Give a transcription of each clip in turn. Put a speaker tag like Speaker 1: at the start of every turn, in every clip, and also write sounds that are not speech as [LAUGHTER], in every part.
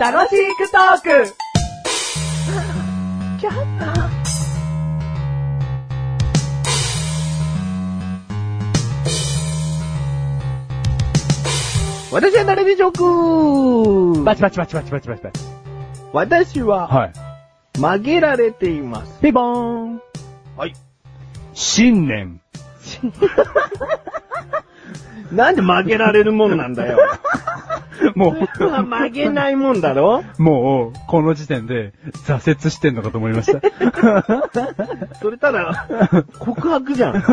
Speaker 1: 楽しくトーク
Speaker 2: 私は誰でしょう
Speaker 3: バ
Speaker 2: か
Speaker 3: チバチバチバチバチバチバチ。
Speaker 2: 私は
Speaker 3: はい。
Speaker 2: 曲げられています。
Speaker 3: ピボーン。
Speaker 2: はい。
Speaker 3: 新年。 [LAUGHS]
Speaker 2: なんで曲げられるもんなんだよ。
Speaker 3: も [LAUGHS]
Speaker 2: 曲げないもんだろ
Speaker 3: う、もう、この時点で挫折してんのかと思いま [LAUGHS] した。
Speaker 2: それただ、告白じゃん。私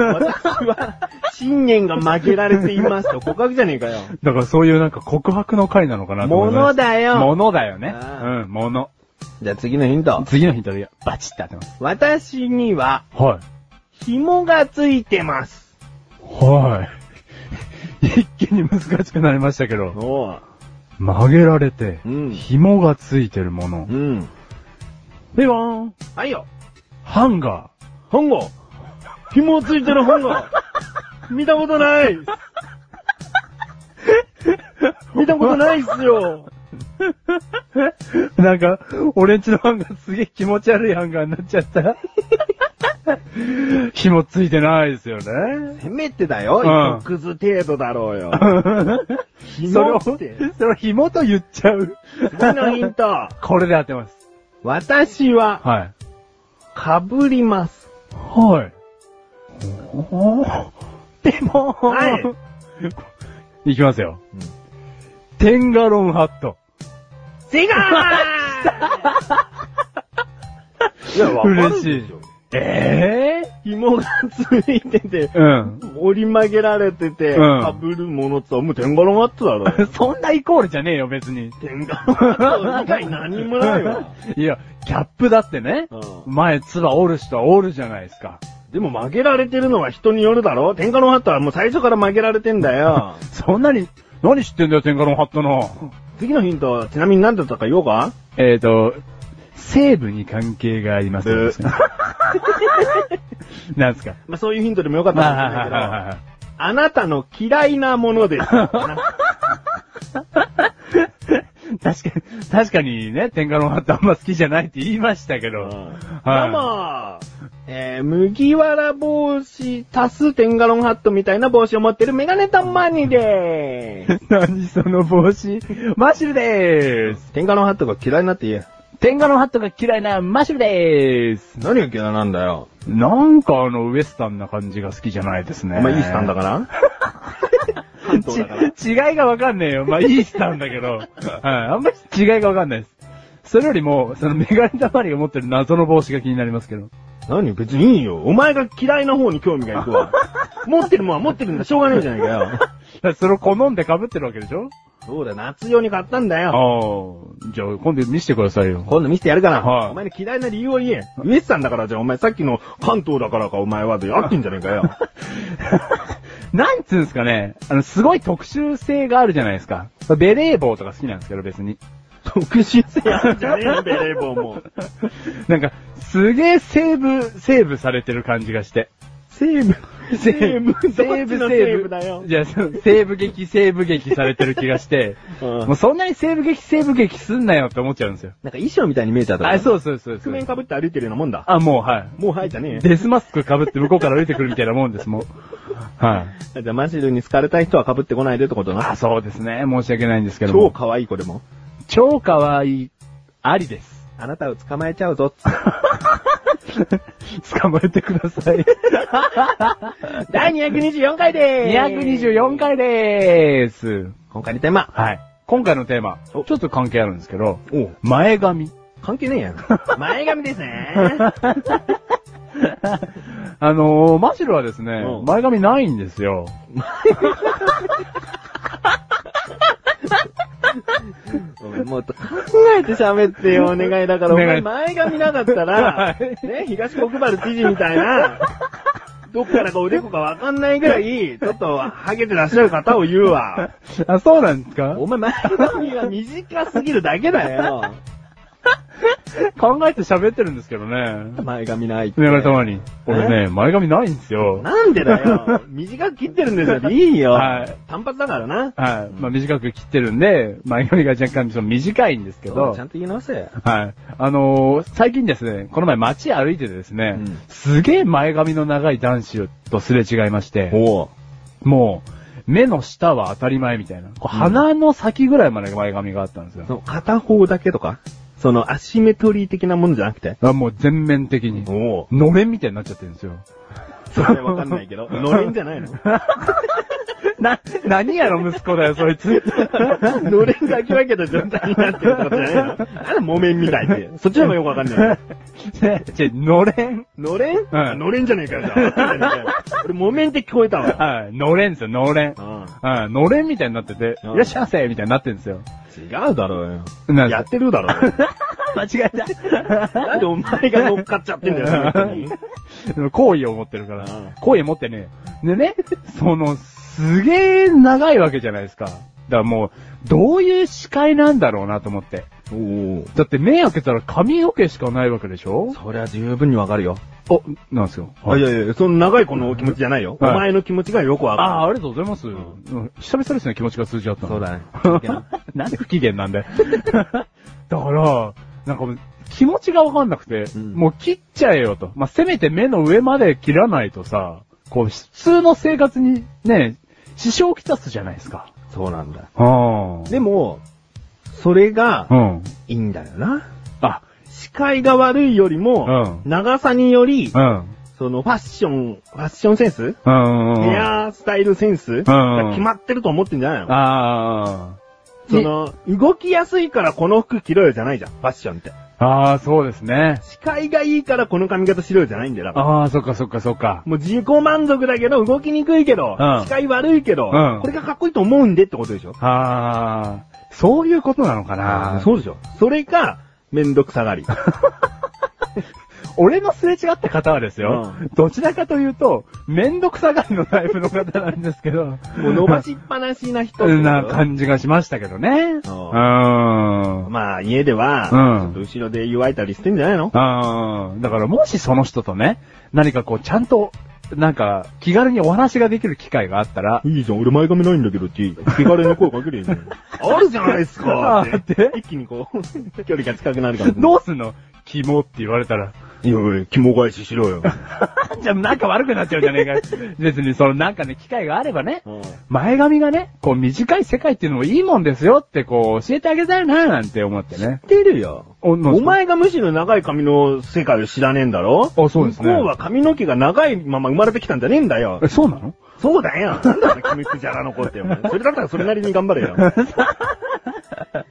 Speaker 2: は、信念が曲げられていますと告白じゃねえかよ。
Speaker 3: だからそういうなんか告白の回なのかなと思いま
Speaker 2: 物
Speaker 3: し
Speaker 2: だ
Speaker 3: た。
Speaker 2: よ。
Speaker 3: 物だよね。
Speaker 2: あ
Speaker 3: うん、物。
Speaker 2: じゃあ次のヒント。
Speaker 3: 次のヒントでバチッて当てます。
Speaker 2: 私には、
Speaker 3: はい。
Speaker 2: 紐がついてます。
Speaker 3: はい。 [LAUGHS] 一気に難しくなりましたけど、
Speaker 2: お
Speaker 3: 曲げられて
Speaker 2: う。、ん。
Speaker 3: 紐がついてるもの
Speaker 2: う。ん。
Speaker 3: ピボーン。
Speaker 2: はいよ。
Speaker 3: ハンガ
Speaker 2: 本郷。紐ついてる本郷。見たことない。見たことないっすよ。
Speaker 3: ー。 [LAUGHS] なんか、俺んちのハンガーすげえ気持ち悪いハンガーになっちゃった。 [LAUGHS] 紐ついてないですよね。 [LAUGHS]
Speaker 2: せめてだよ。
Speaker 3: うん
Speaker 2: 一くず程度だろうよ。
Speaker 3: それ
Speaker 2: 紐
Speaker 3: を、
Speaker 2: って。
Speaker 3: それを紐と言っちゃう。 [LAUGHS]
Speaker 2: 次のヒント。
Speaker 3: これで当てます。
Speaker 2: 私は、
Speaker 3: はい。
Speaker 2: かぶります。
Speaker 3: はい。おー [LAUGHS] でも、
Speaker 2: はい
Speaker 3: い、きますよ。
Speaker 2: うん
Speaker 3: テンガロンハット。
Speaker 2: 違ういや、わかるでしょ
Speaker 3: 嬉しいえ
Speaker 2: 紐がついてて、
Speaker 3: えうん。
Speaker 2: 折り曲げられてて、
Speaker 3: うん
Speaker 2: かぶるものって、もう天ガロンハットだろ。
Speaker 3: [LAUGHS] そんなイコールじゃねえよ、別に。
Speaker 2: 天ガロンハット以外何にもないわ。
Speaker 3: [LAUGHS] いや、キャップだってね、
Speaker 2: う
Speaker 3: 前、ツバ折る人は折るじゃないですか。
Speaker 2: でも曲げられてるのは人によるだろ天ガロンハットはもう最初から曲げられてんだよ。
Speaker 3: そんなに、何知ってんだよ、テンガロンハットの。
Speaker 2: 次のヒント、ちなみに何だったか言おうか
Speaker 3: えーと、西部に関係がありますよね
Speaker 2: ブ
Speaker 3: [LAUGHS] な
Speaker 2: [LAUGHS]
Speaker 3: んですか
Speaker 2: まあ、そういうヒントでもよかったかもしれないけ
Speaker 3: はいはい
Speaker 2: ど、
Speaker 3: はい
Speaker 2: あなたの嫌いなもの [LAUGHS] です。
Speaker 3: 確かに、確かにね、天下のハットあんま好きじゃないって言いましたけ
Speaker 2: ど
Speaker 3: ど。
Speaker 2: うも、えー、麦わら帽子足すテンガロンハットみたいな帽子を持ってるメガネたまにで [LAUGHS] ー
Speaker 3: 何その帽子マッシュルでーす
Speaker 2: す。テンガロンハットが嫌いになって言え。
Speaker 3: 天下のハットが嫌いなマッシュルでーす
Speaker 2: 何が嫌いなんだよ。
Speaker 3: なんかあの、ウエスタンな感じが好きじゃないですね。
Speaker 2: お前イースタンだから [LAUGHS] 関東だから。
Speaker 3: ち違いがわかんねえよ。まあ、イースタンだけ [LAUGHS] ど。はい。あんまり違いがわかんないです。それよりも、そのメガネたまりが持ってる謎の帽子が気になりますけど。
Speaker 2: 何別にいいよ。お前が嫌いな方に興味がいく [LAUGHS] わ。持ってるもんは持ってるんだ。しょうがないじゃないかよ。
Speaker 3: だからそれを好んで被ってるわけでしょ
Speaker 2: そうだ、夏用に買ったんだ
Speaker 3: あ
Speaker 2: よ。
Speaker 3: あ、じゃあ今度見せてくださいよ。 [LAUGHS]
Speaker 2: 今度見せてやるから。
Speaker 3: はい
Speaker 2: お前の嫌いな理由を言え。ウエスさんだからじゃあお前さっきの関東だからかお前はでやってんじゃねえかよ。
Speaker 3: なんつうんですかね、あの、すごい特殊性があるじゃないですか。ベレー帽とか好きなんですけど、別に。
Speaker 2: [LAUGHS] 特殊性あるんじゃねえよ、ベレー帽も。
Speaker 3: なんか、すげえセーブ、セーブされてる感じがして。
Speaker 2: セーブ。セ
Speaker 3: セ
Speaker 2: セ
Speaker 3: ー
Speaker 2: ー
Speaker 3: ブ、
Speaker 2: ブ、
Speaker 3: セ
Speaker 2: セ
Speaker 3: ー
Speaker 2: ー
Speaker 3: ブ
Speaker 2: ブ
Speaker 3: だ
Speaker 2: だ
Speaker 3: よ
Speaker 2: よ。。
Speaker 3: いや、そうセーブ劇、セーブ劇されてる気がして、
Speaker 2: うん
Speaker 3: もうそんなにセーブ劇、セーブ劇すんなよって思っちゃうんですよ。
Speaker 2: なんか衣装みたいに見えちゃった
Speaker 3: あ、
Speaker 2: う。
Speaker 3: そうそうそうそ
Speaker 2: 覆面
Speaker 3: う。
Speaker 2: 被って歩いてるようなもんだ。
Speaker 3: あ、もう、はい。
Speaker 2: もうはいじゃねえ
Speaker 3: デスマスク被って向こうから降りてくるみたいなもんです、もう。はい。
Speaker 2: よ。じゃあマシルに好かれたい人は被ってこないでってことな。
Speaker 3: あ、そうですね。申し訳ないんですけど
Speaker 2: 超
Speaker 3: も。
Speaker 2: 可愛い子でも。
Speaker 3: 超可愛い、ありです。
Speaker 2: あなたを捕まえちゃうぞ。
Speaker 3: 捕まえてくだ
Speaker 2: [LAUGHS]
Speaker 3: さい。
Speaker 2: 第224回でーす。
Speaker 3: 224回でーす。
Speaker 2: 今回のテーマ。
Speaker 3: はい。今回のテーマ、ちょ
Speaker 2: お
Speaker 3: っと関係あるんですけど、
Speaker 2: おう
Speaker 3: 前髪。
Speaker 2: 関係ねえやん。
Speaker 3: [LAUGHS]
Speaker 2: 前髪ですね。
Speaker 3: あのー、マシュルはですね
Speaker 2: う、ん
Speaker 3: 前髪ないんですよ。
Speaker 2: お前もっと考えて喋ってよ、お願いだから。お
Speaker 3: お願
Speaker 2: 前
Speaker 3: い
Speaker 2: 前髪なかった
Speaker 3: は
Speaker 2: ら、
Speaker 3: い
Speaker 2: ね、東国原知事みたい
Speaker 3: [LAUGHS]
Speaker 2: な、どっからかおでこかわかんないぐらい、ちょっと、ハゲてらっしゃる方を言うわ。
Speaker 3: あ、そうなんですか
Speaker 2: お前前髪は短すぎるだけだよ。
Speaker 3: 考えて喋ってるんですけどね。
Speaker 2: 前髪ないって。
Speaker 3: メガネたまに。俺ね、前髪ないんですよ。
Speaker 2: なんでだ
Speaker 3: [LAUGHS]
Speaker 2: よ。短く切ってるんですよ。いいよ。
Speaker 3: はい
Speaker 2: 単発だからな。
Speaker 3: はい。まあ短く切ってるんで、前髪が若干その短いんですけど
Speaker 2: ちゃ。んと言い直せ。
Speaker 3: はい。あのー最近ですね、この前街歩いててですね、
Speaker 2: うん
Speaker 3: すげえ前髪の長い男子とすれ違いまして、
Speaker 2: お
Speaker 3: もう、目の下は当たり前みたいな。こう鼻の先ぐらいまで前髪があったんですよ。
Speaker 2: その片方だけとかそのアシメトリー的なもんじゃなくて。
Speaker 3: あもう全面的に。
Speaker 2: お
Speaker 3: のれんみたいになっちゃってるんですよ。
Speaker 2: それわかんないけど。 [LAUGHS] のれんじゃないの
Speaker 3: な、 [LAUGHS] 何やろ息子だよ、そいつ。
Speaker 2: のれんがき分けた状態になってるってことじゃないのあれ、木綿みたいって。そっちの方がよくわかんない。
Speaker 3: [LAUGHS] ねちょのれん。
Speaker 2: のれん、あのれんじゃねえかよ、じゃあ。 [LAUGHS] 俺、木綿って聞こえたわ。
Speaker 3: はい、のれんですよ、のれん。はい、のれんみたいになってて、い
Speaker 2: うん
Speaker 3: らっしゃいませみたいになってるんで
Speaker 2: [LAUGHS]
Speaker 3: すよ。
Speaker 2: 違うだろうよ。
Speaker 3: なん
Speaker 2: やってるだろうよ。
Speaker 3: 間違え [LAUGHS] た。
Speaker 2: なんでお前が乗っかっちゃって [LAUGHS] んだよ、その人に
Speaker 3: 好意を持ってるか
Speaker 2: うん
Speaker 3: ら。好意を持ってね。でね、その、すげえ長いわけじゃないですか。だからもう、どういう視界なんだろうなと思って。
Speaker 2: おお。
Speaker 3: だって目開けたら髪の毛しかないわけでしょ
Speaker 2: そりゃ十分にわかるよ。
Speaker 3: お、なんですよ。
Speaker 2: あいやいや、その長い子のお気持ちじゃないよ。お
Speaker 3: はい
Speaker 2: 前の気持ちがよくわ
Speaker 3: ああー、
Speaker 2: か
Speaker 3: ありがとうございます。うん久々ですね、気持ちが通じ合った
Speaker 2: る。
Speaker 3: の。
Speaker 2: だ [LAUGHS] ね
Speaker 3: なんで不機嫌なんだよ。だから、なんかもう気持ちがわかんなくて、
Speaker 2: うん
Speaker 3: もう切っちゃえよと。まあ、せめて目の上まで切らないとさ、こう、普通の生活にね、支障をきたすじゃないですか。
Speaker 2: そうなんだ。
Speaker 3: あ
Speaker 2: でも、それが
Speaker 3: う、ん。
Speaker 2: いいんだよな。
Speaker 3: あ、
Speaker 2: 視界が悪いよりも、
Speaker 3: う
Speaker 2: 長さにより
Speaker 3: う、ん。
Speaker 2: そのファッション、ファッションセンス
Speaker 3: うん。うん。
Speaker 2: ヘアスタイルセンスが決まってると思ってんじゃないの
Speaker 3: あ
Speaker 2: その、動きやすいからこの服着ろよじゃないじゃん、ファッションって。
Speaker 3: あ。ああ、そうですね。
Speaker 2: 視界がいいからこの髪型しろよじゃないんだよ。だから
Speaker 3: ああ、そっかそっかそっか。
Speaker 2: もう自己満足だけど、動きにくいけど、
Speaker 3: うん
Speaker 2: 視界悪いけど、
Speaker 3: うん
Speaker 2: これがかっこいいと思うんでってことでしょ
Speaker 3: ああ、そういうことなのかな。
Speaker 2: そうでしょそれか、めんどくさ
Speaker 3: [LAUGHS]
Speaker 2: がり。
Speaker 3: 俺のすれ違った方はですよ、
Speaker 2: う
Speaker 3: どちらかというと、めんどくさがりのタイプの方なんですけど、
Speaker 2: もう伸ばしっぱなしな人ってこと
Speaker 3: な感じがしましたけどね。う。
Speaker 2: そうん
Speaker 3: うん。
Speaker 2: まあ、家では、
Speaker 3: うん
Speaker 2: ちょっと後ろで湯わいたりしてんじゃないの
Speaker 3: だからもしその人とね、何かこうちゃんと、なんか気軽にお話ができる機会があったら、
Speaker 2: いいじゃん、俺前髪ないんだけどって、気軽に声かけるよ、ね。 [LAUGHS] あるじゃないですか
Speaker 3: あ
Speaker 2: って
Speaker 3: で
Speaker 2: 一気にこう、 [LAUGHS] 距離が近くなるかもしれない
Speaker 3: どうすんの肝って言われたら。 [LAUGHS]
Speaker 2: いやいや、肝返ししろよ。
Speaker 3: じゃあなんか悪くなっちゃうじゃねえか。別にそのなんかね、機会があればね、前髪がね、こう短い世界っていうのもいいもんですよってこう教えてあげたいななんて思ってね。
Speaker 2: 出るよ。
Speaker 3: お
Speaker 2: お前がむしろ長い髪の世界を知らねえんだろ
Speaker 3: あそうですね
Speaker 2: 向こうは髪の毛が長いまま生まれてきたんじゃねえんだよ
Speaker 3: え、。そうなの
Speaker 2: そうだ [LAUGHS] よ。なんだよ、君くじゃらの子って。お前それだったらそれなりに頑張れ [LAUGHS] よ。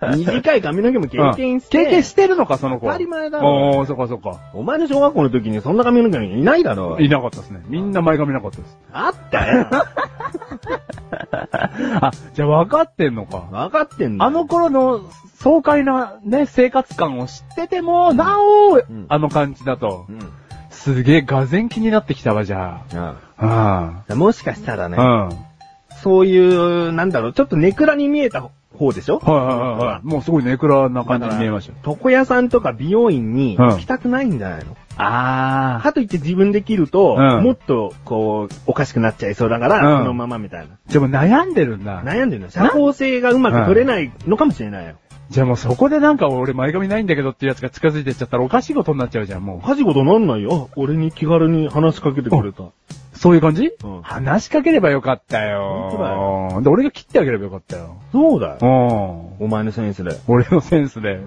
Speaker 2: 短い髪の毛も経験して。
Speaker 3: うん経験してるのか、その子。
Speaker 2: 当たり前だろ
Speaker 3: おー、そっかそっか。
Speaker 2: お前の小学校の時にそんな髪の毛いないだろ。
Speaker 3: いなかったですね。みんな前髪なかったです。
Speaker 2: あったよ。
Speaker 3: [LAUGHS] あ、じゃあ分かってんのか。
Speaker 2: わかってんだ。
Speaker 3: あの頃の爽快なね、生活感を知ってても、なお、
Speaker 2: ん
Speaker 3: あの感じだと
Speaker 2: う。ん。
Speaker 3: すげえ、がぜ気になってきたわ、じゃ
Speaker 2: あ
Speaker 3: あ。
Speaker 2: あもしかしたら
Speaker 3: う
Speaker 2: ね
Speaker 3: ん。う、ん。はい
Speaker 2: そういう、なんだろう、ちょっとネクラに見えた方でしょ
Speaker 3: はいはいはい。もうすごいネクラな感じに見えましたよ。
Speaker 2: 床屋さんとか美容院に
Speaker 3: うん
Speaker 2: 行きたくないんじゃないの、
Speaker 3: あ
Speaker 2: かといって自分で切ると、
Speaker 3: うん
Speaker 2: もっと、こう、おかしくなっちゃいそうだから、
Speaker 3: うん
Speaker 2: そのままみたいな。
Speaker 3: ー。でも悩んでるんだ。
Speaker 2: 悩んでるの。社交性がうまく取れないのかもしれないよ。
Speaker 3: じゃあもうそこでなんか俺前髪ないんだけどっていうやつが近づいてっちゃったらおかしいことになっちゃうじゃん、もう。
Speaker 2: 家事事なんないよ。あ俺に気軽に話しかけてくれた。
Speaker 3: そういう感じ、
Speaker 2: うん
Speaker 3: 話しかければよかったよ。
Speaker 2: 本当だ
Speaker 3: で、俺が切ってあげればよかったよ。
Speaker 2: そうだよ。
Speaker 3: うん。
Speaker 2: お前のセンスで。
Speaker 3: 俺のセンスで。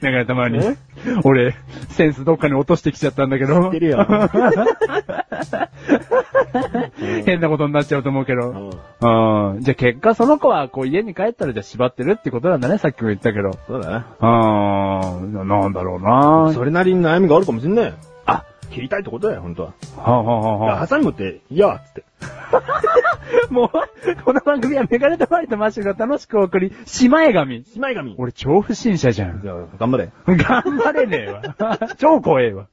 Speaker 3: なんかたまに
Speaker 2: え、
Speaker 3: 俺、センスどっかに落としてきちゃったんだけ
Speaker 2: 知
Speaker 3: ど
Speaker 2: って、るよ。
Speaker 3: 変なことになっちゃうと思うけ
Speaker 2: う
Speaker 3: ど。
Speaker 2: ん
Speaker 3: うん。じゃあ結果その子はこう家に帰ったらじゃあ縛ってるってことなんだね、さっきも言ったけど。
Speaker 2: そうだな。
Speaker 3: うん。ななんだろうな
Speaker 2: それなりに悩みがあるかもしんないよ。
Speaker 3: あ、
Speaker 2: 切りたいってことだよ、本当は。
Speaker 3: はあ、はあはあ
Speaker 2: だから
Speaker 3: は
Speaker 2: ハサミ持って、いや、つって。
Speaker 3: あ、もう、この番組はメガネたまりとマッシュルが楽しくお送り、しまえ髪。
Speaker 2: しまい髪。
Speaker 3: 俺超不審者じゃん
Speaker 2: じ。ゃあ、頑張れ。
Speaker 3: [LAUGHS] 頑張れねえわ。超怖えわ。